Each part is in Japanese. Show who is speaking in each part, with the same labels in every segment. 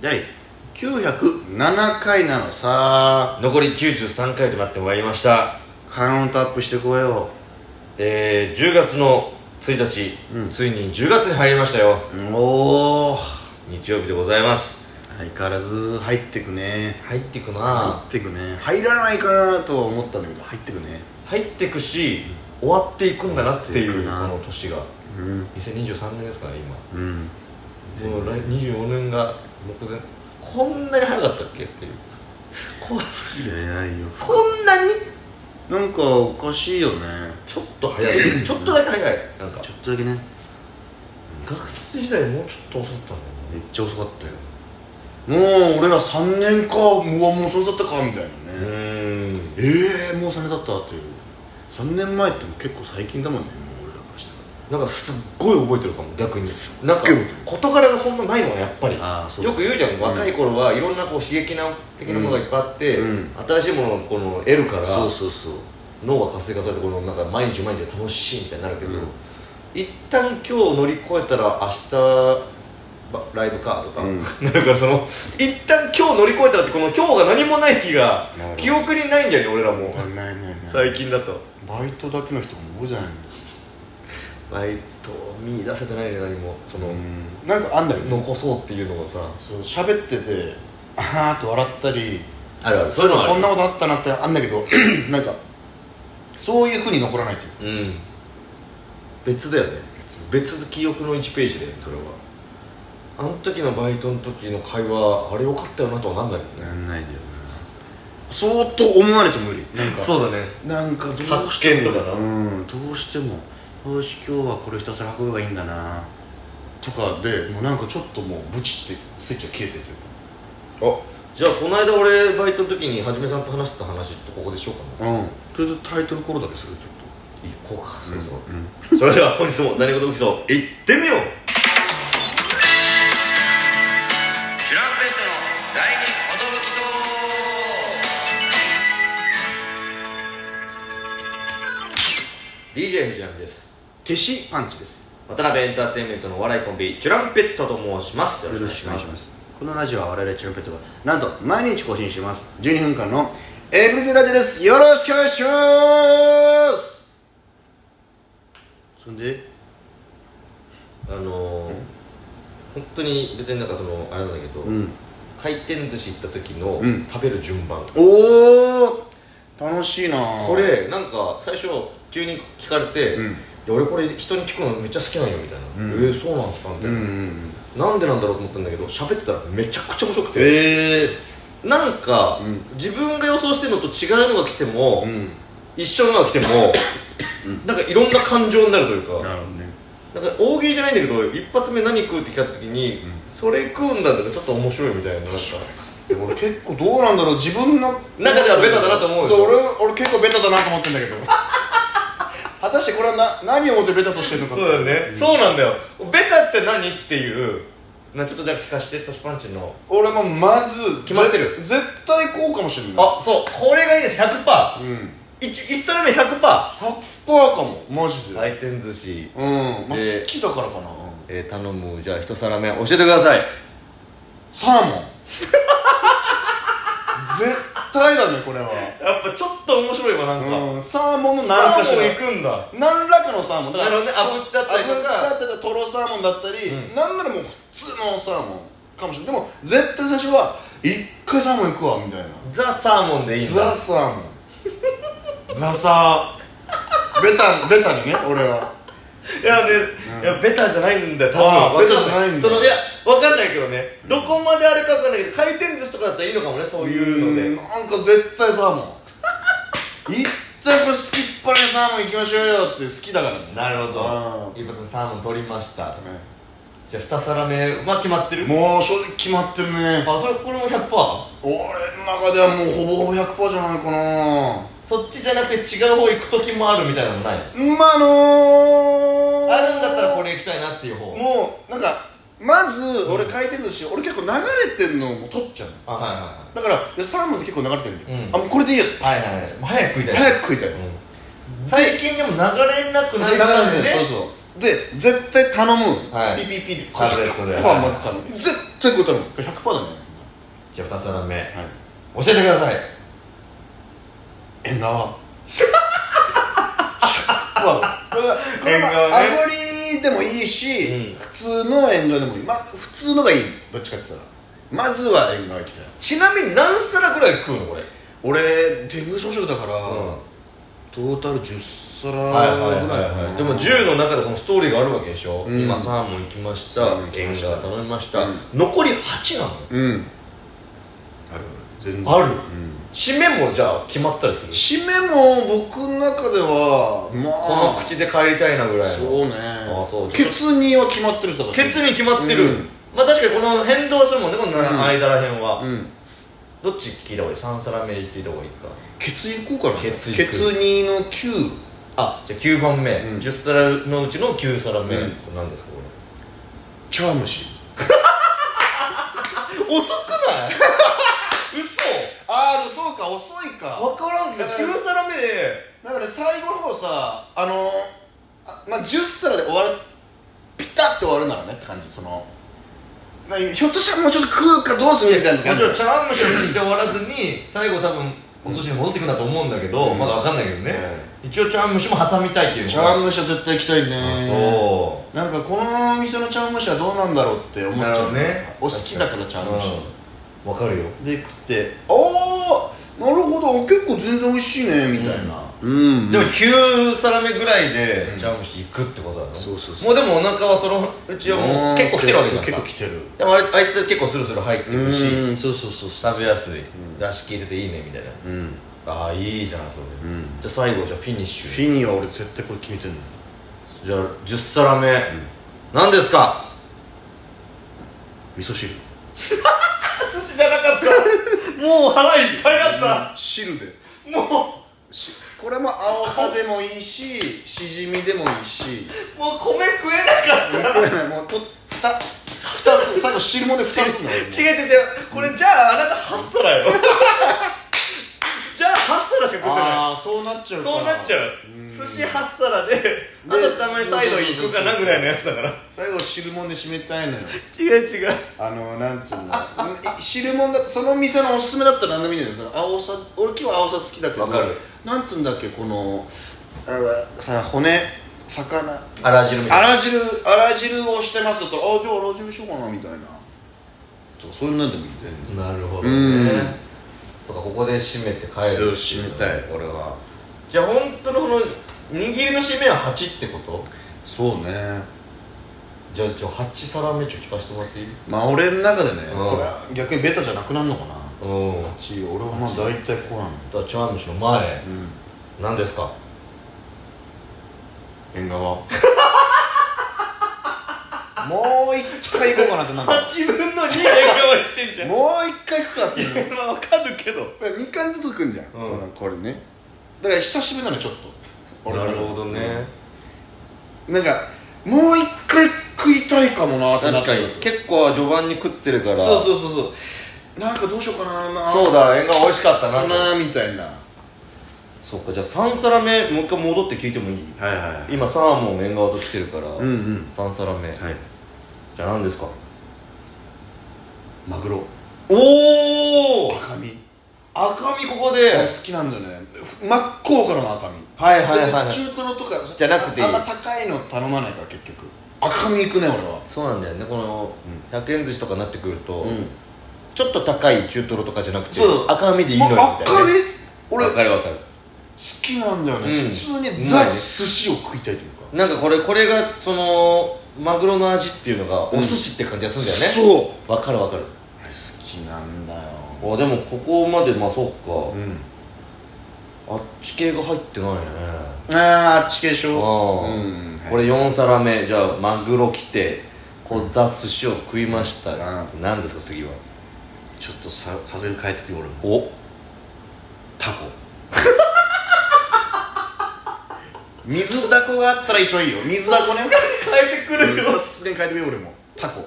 Speaker 1: 第907回なのさ
Speaker 2: 残り93回となってまいりました、
Speaker 1: カウントアップしてこよ
Speaker 2: えー、10月の1日、ついに10月に入りましたよ
Speaker 1: うおお
Speaker 2: 日曜日でございます
Speaker 1: 相変わらず入ってくね
Speaker 2: 入って
Speaker 1: 入
Speaker 2: くな
Speaker 1: ってくね入らないかなとは思ったんだけど入ってくね
Speaker 2: 入ってくし終わっていくんだなって
Speaker 1: 終
Speaker 2: いう
Speaker 1: わ
Speaker 2: こ
Speaker 1: っていくな
Speaker 2: の年が
Speaker 1: うん
Speaker 2: 2023年ですから
Speaker 1: うん
Speaker 2: 今もう来24年が目前こんなに早かったっけっていうこ
Speaker 1: いやいやいよ
Speaker 2: こんなに
Speaker 1: なんかおかしいよね
Speaker 2: ちょっと早 いちょっとだけ早いなんか
Speaker 1: ちょっとだけね
Speaker 2: 学生時代もうちょっと遅かったんだよね
Speaker 1: めっちゃ遅かったよもう俺ら3年かうわもうそれだったかみたいなね、
Speaker 2: うーん
Speaker 1: ええもう3年経ったっていう3年前ってもう結構最近だもんねもう俺らからした
Speaker 2: なんかすっごい覚えてるかも逆になんか
Speaker 1: ごい覚えて
Speaker 2: 事柄がそんなないのはやっぱり
Speaker 1: あーそう
Speaker 2: よく言うじゃん若い頃はいろんなこう刺激な的なものがいっぱいあって、
Speaker 1: うん
Speaker 2: 新しいものをこの得るから
Speaker 1: らそうそうそう
Speaker 2: 脳が活性化されてこのなんか毎日毎日が楽しいみたいになるけど、
Speaker 1: うん
Speaker 2: 一旦今日乗り越えたら明日ばライブかとか、
Speaker 1: うん
Speaker 2: なるからその一旦今日乗り越えたらってこの今日が何もない日が
Speaker 1: なるほど
Speaker 2: 記憶にないんだよね俺らも
Speaker 1: ないないない
Speaker 2: 最近だと
Speaker 1: バイトだけの人も多いじゃないの
Speaker 2: バイトを見出せてないね何もその、
Speaker 1: うんなんかあんだよね
Speaker 2: 残そうっていうのがさ
Speaker 1: そう喋っててあーっと笑ったり
Speaker 2: あるあるそういうのはある
Speaker 1: こんなことあったなってあんだけど なんかそういうふうに残らないというか
Speaker 2: うん別だよね別記憶の1ページだよねそれはあの時のバイトの時の会話あれ良かったよなとはなんだけどね
Speaker 1: んないんだよな相当思われても無理なんか
Speaker 2: そうだね
Speaker 1: なんかどうしても
Speaker 2: 発見とかな
Speaker 1: うんどうしてもよし今日はこれひたすら運べばいいんだなとかでもうなんかちょっともうブチってスイッチが切れてるというか
Speaker 2: じゃあこの間俺バイトの時にはじめさんと話してた話ちょっとここでしようかな
Speaker 1: あうんとりあえずタイトルコールだけするちょっ
Speaker 2: 行こうか
Speaker 1: と
Speaker 2: そろそろ、
Speaker 1: うん
Speaker 2: それでは本日も何事も基礎行ってみよ
Speaker 3: シュ
Speaker 2: う
Speaker 3: ランペットの第二ほどきそう
Speaker 2: DJ 藤波です
Speaker 1: 手しパンチです
Speaker 2: 渡辺エンターテインメントのお笑いコンビチュランペッタと申します
Speaker 1: よろしくお願いしますこのラジオは我々チュランペットがなんと毎日更新します12分間のエブリデイラジオですよろしくお願いしますそんで
Speaker 2: あのー、本当に別になんかそのあれなんだけど、
Speaker 1: うん
Speaker 2: 回転寿司行った時の
Speaker 1: うん
Speaker 2: 食べる順番、
Speaker 1: おお楽しいなー
Speaker 2: これなんか最初急に聞かれて、
Speaker 1: うん
Speaker 2: いや俺これ人に聞くのめっちゃ好きなんよみたいな、
Speaker 1: うん
Speaker 2: えー、そうなんですかみた
Speaker 1: う
Speaker 2: い
Speaker 1: ん
Speaker 2: な、
Speaker 1: うん
Speaker 2: なんでなんだろうと思ったんだけど喋ってたらめちゃくちゃ面白くて、
Speaker 1: ええ
Speaker 2: なんか、
Speaker 1: うん
Speaker 2: 自分が予想してるのと違うのが来ても、
Speaker 1: ん
Speaker 2: 一緒のが来ても、なんかいろんな感情になるというか、
Speaker 1: なるほどね
Speaker 2: なんか大喜利じゃないんだけど一発目何食うって聞かれた時に、
Speaker 1: うん
Speaker 2: それ食うんだとかちょっと面白いみたいななんか
Speaker 1: でも俺結構どうなんだろう自分の
Speaker 2: 中ではベタだなと思うよ
Speaker 1: そう俺俺結構ベタだなと思ってんだけど 果たしてこれはな何を思ってベタとしてるのか
Speaker 2: そうだよね、
Speaker 1: ん
Speaker 2: そうなんだよベタって何っていうなちょっとじゃあ聞かしてトシパンチの
Speaker 1: 俺もまず
Speaker 2: 決まってる
Speaker 1: ぜ絶対こうかもしれない
Speaker 2: あそうこれがいいです 100%1
Speaker 1: うん
Speaker 2: 皿目
Speaker 1: 100%
Speaker 2: 100%
Speaker 1: かもマジで、
Speaker 2: 回転寿司、
Speaker 1: うん、まあ、
Speaker 2: で
Speaker 1: 好きだからかな、
Speaker 2: えー頼むじゃあ1皿目教えてください
Speaker 1: サーモン 絶対だねこれは
Speaker 2: やっぱちょっと面白いわなんか、
Speaker 1: うんサーモンの何
Speaker 2: なんか
Speaker 1: かし
Speaker 2: し
Speaker 1: ら
Speaker 2: ら行くんだ
Speaker 1: 何らかのサーモンだ
Speaker 2: な
Speaker 1: か
Speaker 2: る
Speaker 1: ら
Speaker 2: ほどね炙ってあったり
Speaker 1: 油
Speaker 2: と
Speaker 1: だっ
Speaker 2: か
Speaker 1: たりとろサーモンだったり、
Speaker 2: うん
Speaker 1: なんならもう普通のサーモンかもしれないでも絶対最初は一回サーモン行くわみたいな
Speaker 2: ザ・サーモンでいいんだ
Speaker 1: ザサーモンザサーベタベタにね俺はい
Speaker 2: やね、いやベタじゃないんだよ多分
Speaker 1: ああ
Speaker 2: わかん
Speaker 1: ベタじゃないんだ
Speaker 2: そのいやわかんないけどね、どこまであれかわかんないけど回転寿司とかだったらいいのかもねそういうので
Speaker 1: んなんか絶対サーモン一体これ好きっぱらにサーモン行きましょうよって好きだからね
Speaker 2: なるほ
Speaker 1: あ
Speaker 2: ど
Speaker 1: ー
Speaker 2: 一発目サーモン取りました
Speaker 1: ね
Speaker 2: じゃあ2皿目は決まってる
Speaker 1: もう正直決まってるね
Speaker 2: あそれこれも 100%?
Speaker 1: 俺の中ではもうほぼほぼ100%じゃないかな
Speaker 2: そっちじゃなくて違う方行く時もあるみたいなのない
Speaker 1: まああのー、
Speaker 2: あるんだったらこれ行きたいなっていう方
Speaker 1: もうなんかまず俺回転寿司、俺結構流れてるのをもう取っちゃうの
Speaker 2: あはい
Speaker 1: だからいやサーモンって結構流れてるんだよ、
Speaker 2: うん
Speaker 1: あもうこれでいいや
Speaker 2: はいはいはいはいもう早く食いたい
Speaker 1: 早く食いたい、
Speaker 2: うん最近でも流れなくな
Speaker 1: そ
Speaker 2: り
Speaker 1: れ流れ
Speaker 2: た
Speaker 1: て
Speaker 2: ん
Speaker 1: る
Speaker 2: で
Speaker 1: そうそうで絶対頼む、
Speaker 2: はい
Speaker 1: ピピピで
Speaker 2: タブレットで
Speaker 1: パン待ってたの絶全く歌うのこれ100%だね
Speaker 2: じゃあ2皿目、
Speaker 1: はい
Speaker 2: 教えてください
Speaker 1: 縁側100%だ これはこれ
Speaker 2: 縁
Speaker 1: は
Speaker 2: 側ね
Speaker 1: アゴリでもいいし、
Speaker 2: うん
Speaker 1: 普通の縁側でもいいまあ普通のがいいどっちかって言ったらまずは縁側行きたい
Speaker 2: ちなみに何皿ぐらい食うのこれ
Speaker 1: 俺デブ小食だから、トータル10皿
Speaker 2: はいはいはい
Speaker 1: ぐらいか
Speaker 2: はい、
Speaker 1: な
Speaker 2: でも10の中でこのストーリーがあるわけでしょ、
Speaker 1: うん
Speaker 2: 今サーモン行きました
Speaker 1: サーモン行き
Speaker 2: ゲ
Speaker 1: ま
Speaker 2: ン
Speaker 1: した
Speaker 2: ガー頼みました、
Speaker 1: うん
Speaker 2: 残り8なの
Speaker 1: うんある全然
Speaker 2: ある
Speaker 1: うん
Speaker 2: 締めもじゃあ決まったりする
Speaker 1: 締めも僕の中では
Speaker 2: こ
Speaker 1: まあ
Speaker 2: の口で帰りたいなぐらいの
Speaker 1: そうね
Speaker 2: あそう
Speaker 1: ケツには決まってる人だから
Speaker 2: ケツに決まってる、
Speaker 1: うん
Speaker 2: まあ確かにこの変動するもんねこの
Speaker 1: ん
Speaker 2: 間らへんは、
Speaker 1: うん
Speaker 2: どっち聞いた方がいい3皿目聞いた方がいいか
Speaker 1: ケツ行こうかな
Speaker 2: ケツ行く
Speaker 1: ケツ2の9
Speaker 2: あじゃあ9番目、
Speaker 1: うん
Speaker 2: 10皿のうちの9皿目、
Speaker 1: うん
Speaker 2: これ何ですかこ
Speaker 1: 茶碗蒸し
Speaker 2: れ 遅くない嘘
Speaker 1: ああそうか遅いか
Speaker 2: 分からんけど
Speaker 1: だから
Speaker 2: 9皿目で
Speaker 1: だから最後の方さあのあまあ10皿で終わるピタッて終わるならねって感じそのなひょっとしたらもうちょっと食うかどうするみたいな
Speaker 2: も
Speaker 1: 感
Speaker 2: ち
Speaker 1: じ
Speaker 2: ろん茶碗蒸しの口で終わらずに最後多分お寿司に戻ってくんだと思うんだけど、
Speaker 1: うん
Speaker 2: まだ分かんないけどね、一応茶碗蒸しも挟みたいっていうの
Speaker 1: 茶
Speaker 2: が
Speaker 1: 碗蒸しは絶対行きたいね
Speaker 2: あそ
Speaker 1: なんかこの店の茶碗蒸しはどうなんだろうって思っち
Speaker 2: なる
Speaker 1: ゃ
Speaker 2: ほ
Speaker 1: う
Speaker 2: どね
Speaker 1: お好きだから茶碗蒸し
Speaker 2: う分かるよ
Speaker 1: で食ってああなるほど結構全然美味しいねみたいなうん
Speaker 2: でも9皿目ぐらいで
Speaker 1: うん
Speaker 2: 茶碗蒸し行くってことだろ
Speaker 1: そうそうそう
Speaker 2: もうでもお腹はそのうちはもう結構来てるわけじゃんか
Speaker 1: 結構来てる
Speaker 2: でもあれあいつ結構スルスル入ってくるし
Speaker 1: うんそうそうそうそう
Speaker 2: 食べやすい
Speaker 1: ん
Speaker 2: だし効いてていいねみたいな
Speaker 1: うん
Speaker 2: ああいいじゃんそれ
Speaker 1: うん
Speaker 2: じゃあ最後じゃあフィニッシ
Speaker 1: フ
Speaker 2: ュ
Speaker 1: ィニーは俺絶対これ決めてるの
Speaker 2: じゃあ10皿目何ですか
Speaker 1: 味噌汁
Speaker 2: 寿司じゃなかった もう腹いっぱいだっ
Speaker 1: 汁で
Speaker 2: たも
Speaker 1: しこれも青さでもいいししじみでもいいし
Speaker 2: うもう米食えなかっ
Speaker 1: これねもうとふたふたす最後汁もでふたすんの俺も
Speaker 2: 違う違う違うこれじゃああなた8皿よじゃあ8皿しか食ってない
Speaker 1: ああそうなっちゃうか
Speaker 2: そうなっちゃう寿司8皿であとたまにサイド行くかなぐらいのやつだから
Speaker 1: 最後汁もんで締めたいのよ
Speaker 2: 違う違う
Speaker 1: あのなんつうのん汁もんだってその店のおすすめだったら何でもいいんだけどさ青さ俺今日は青さ好きだけど
Speaker 2: わかる
Speaker 1: なんつうんだっけこのあさ骨魚
Speaker 2: あら汁み
Speaker 1: あ
Speaker 2: いな
Speaker 1: ら汁あら汁をしてますだったらあじゃああら汁しようかなみたいなとかそういうのでもいい全然
Speaker 2: なるほど
Speaker 1: うん
Speaker 2: ねそうかここで締めて帰
Speaker 1: そう
Speaker 2: る
Speaker 1: 締めたい俺は
Speaker 2: じゃあ本当のその握りの締めは8ってこと
Speaker 1: そうね
Speaker 2: じゃあちょ8皿目ちょ聞かせてもらっていい
Speaker 1: まあ俺の中でね
Speaker 2: うん
Speaker 1: これは逆にベタじゃなくなるのかな
Speaker 2: うん
Speaker 1: ち俺はまあ大体こうなの
Speaker 2: だから茶碗蒸しの前
Speaker 1: うん
Speaker 2: 何ですか
Speaker 1: 縁 側もう一回行こうかなってなんか
Speaker 2: 8分の2で変わってん じ
Speaker 1: もう一回行くかっていうの
Speaker 2: まあわかるけど
Speaker 1: これみかんでとくんじゃん、
Speaker 2: うん
Speaker 1: このこれねだから久しぶりなのちょっと
Speaker 2: なるほどね
Speaker 1: なんかもう一回食いたいかもなってなって
Speaker 2: 結構序盤に食ってるか
Speaker 1: そうそうそうそうなんかどうしようかなまあ
Speaker 2: そうだ縁が美味しかったな
Speaker 1: かなみたいなは
Speaker 2: そっかじゃあ3皿目もう一回戻って聞いてもいい
Speaker 1: いはい
Speaker 2: 今サーモン縁側と来てるから、
Speaker 1: うんうん
Speaker 2: 3皿目、
Speaker 1: はい
Speaker 2: じゃあ何ですか
Speaker 1: マグロ
Speaker 2: おお
Speaker 1: 赤身
Speaker 2: 赤身ここで
Speaker 1: 好きなんだよね真っ向からの赤身
Speaker 2: はいはいはいはい
Speaker 1: 別に中トロとか
Speaker 2: じゃなくていい
Speaker 1: あんま高いの頼まないから結局赤身いくね俺は
Speaker 2: そうなんだよねこの100円寿司とかになってくると、
Speaker 1: うん
Speaker 2: ちょっと高い中トロとかじゃなくて
Speaker 1: そう
Speaker 2: 赤身でいいの
Speaker 1: ま
Speaker 2: よ
Speaker 1: あ
Speaker 2: みたいな
Speaker 1: 赤身
Speaker 2: ね
Speaker 1: 俺
Speaker 2: わ
Speaker 1: 好
Speaker 2: かるわかる
Speaker 1: きなんだよね、
Speaker 2: うん
Speaker 1: 普通に
Speaker 2: うまい
Speaker 1: ザ
Speaker 2: ね
Speaker 1: 寿司を食いたいというか
Speaker 2: なんかこれこれがそのマグロの味っていうのが
Speaker 1: うん
Speaker 2: お寿司って感じがするんだよね、
Speaker 1: そう
Speaker 2: わかるわかる
Speaker 1: あれ好きなんだよ
Speaker 2: あでもここまでまあそっ
Speaker 1: う
Speaker 2: か、
Speaker 1: ん
Speaker 2: あっち系が入ってないよね
Speaker 1: あーあっち系でし
Speaker 2: あ
Speaker 1: ょ
Speaker 2: あ、
Speaker 1: うん
Speaker 2: これ4皿目じゃあマグロ来てこうザ寿司を食いました
Speaker 1: う
Speaker 2: 何ですか次は
Speaker 1: ちょっとささすがに変えてくよ俺も
Speaker 2: お
Speaker 1: タコ 水ダコがあったら一番いいよ水ダ コね
Speaker 2: 変えてく
Speaker 1: うんさすがに変えてくよ俺もタコ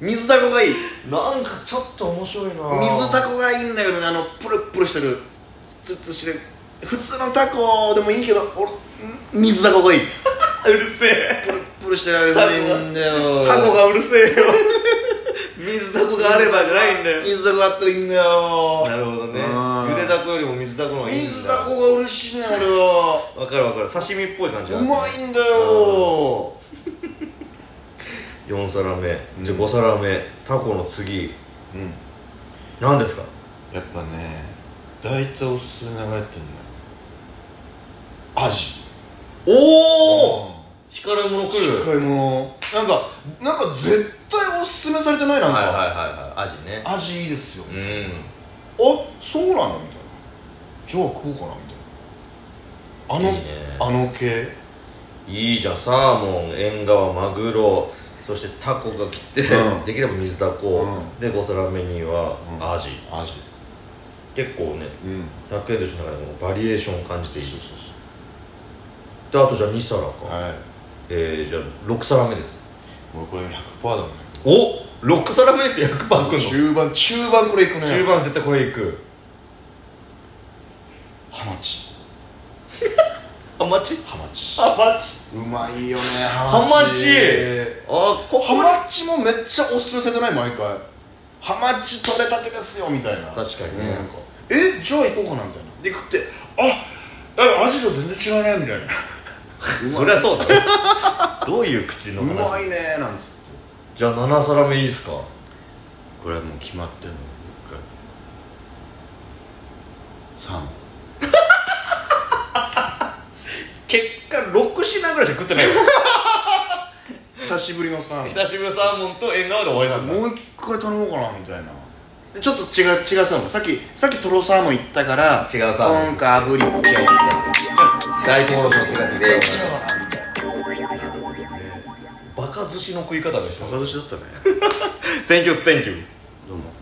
Speaker 1: 水ダコがいい
Speaker 2: なんかちょっと面白いな
Speaker 1: 水タコがいいんだけどねあのプルプルしてるツッツしてる普通のタコでもいいけど俺ん水タコがいいう
Speaker 2: るせえ
Speaker 1: プルプルしてるあれがいいんだよ
Speaker 2: タコがうるせえよ水タコががあればじゃないんだよ
Speaker 1: 水だこあったらいいんだよ
Speaker 2: なるほどね
Speaker 1: うん
Speaker 2: ゆでだこよりも水だこの方がいいんだ
Speaker 1: 水だこが嬉しいね俺は
Speaker 2: わかるわかる刺身っぽい感じだ
Speaker 1: う
Speaker 2: ね
Speaker 1: まいんだよ
Speaker 2: 4皿目じゃ
Speaker 1: う
Speaker 2: あ
Speaker 1: ん
Speaker 2: 5皿目タコの次
Speaker 1: うん
Speaker 2: 何ですか
Speaker 1: やっぱね大体おすすめ流れてんだよアジ
Speaker 2: おお光るもの来る
Speaker 1: 近いものなんかなんか絶対おすすめされてないなんか、
Speaker 2: はいはいはいはいアジね
Speaker 1: アジいいですよ、
Speaker 2: う
Speaker 1: あそうなのみたいなじゃあ食おうかなみたいなあの
Speaker 2: いいね
Speaker 1: あの系
Speaker 2: んいいじゃんサーモン縁側マグロそしてタコが来て、
Speaker 1: うん
Speaker 2: できれば水だこ、
Speaker 1: う
Speaker 2: で5皿目には
Speaker 1: うん
Speaker 2: アジ、
Speaker 1: アジ
Speaker 2: 結構ね
Speaker 1: うん
Speaker 2: 100円寿司の中でもバリエーションを感じていい
Speaker 1: そうそう
Speaker 2: であとじゃあ2皿か、
Speaker 1: はい
Speaker 2: えー、じゃあ6皿目です
Speaker 1: 俺これ100%だね
Speaker 2: お六6皿目って100パーくんの中
Speaker 1: 中盤中盤これいくね
Speaker 2: 盤絶対これいく
Speaker 1: ハマチ
Speaker 2: ハマチ
Speaker 1: ハマチ
Speaker 2: ハマチ
Speaker 1: うまいよね
Speaker 2: ハ
Speaker 1: ハ
Speaker 2: マ
Speaker 1: マ
Speaker 2: チ
Speaker 1: チ
Speaker 2: あここ
Speaker 1: ハマチもめっちゃおすすめされてない毎回ハマチ取れたてですよみたいな
Speaker 2: 確かにね
Speaker 1: なんかえじゃあ行こうかなみたいなで食ってあえアジと全然違うねみたいな
Speaker 2: そりゃそうだね どういう口の
Speaker 1: うまい
Speaker 2: 話
Speaker 1: ねーなんつって
Speaker 2: じゃあ7皿目いいですか
Speaker 1: これはもう決まってるのもう一回サーモン
Speaker 2: 結果6品ぐらいしか食ってない
Speaker 1: 久しぶりのサーモン
Speaker 2: 久しぶりのサーモンと縁側で終わりするんだ
Speaker 1: もう一回頼もうかなみたいなでちょっと違う違うサーモンさっきさっきトロサーモンいったから
Speaker 2: 違うサーモン
Speaker 1: 今回炙りいっちゃおう
Speaker 2: 大根おろしの手がついて
Speaker 1: いっちゃおうかなみたいな
Speaker 2: バカ寿司の食い方でした
Speaker 1: バカ年だったね
Speaker 2: Thank you, thank you
Speaker 1: どうも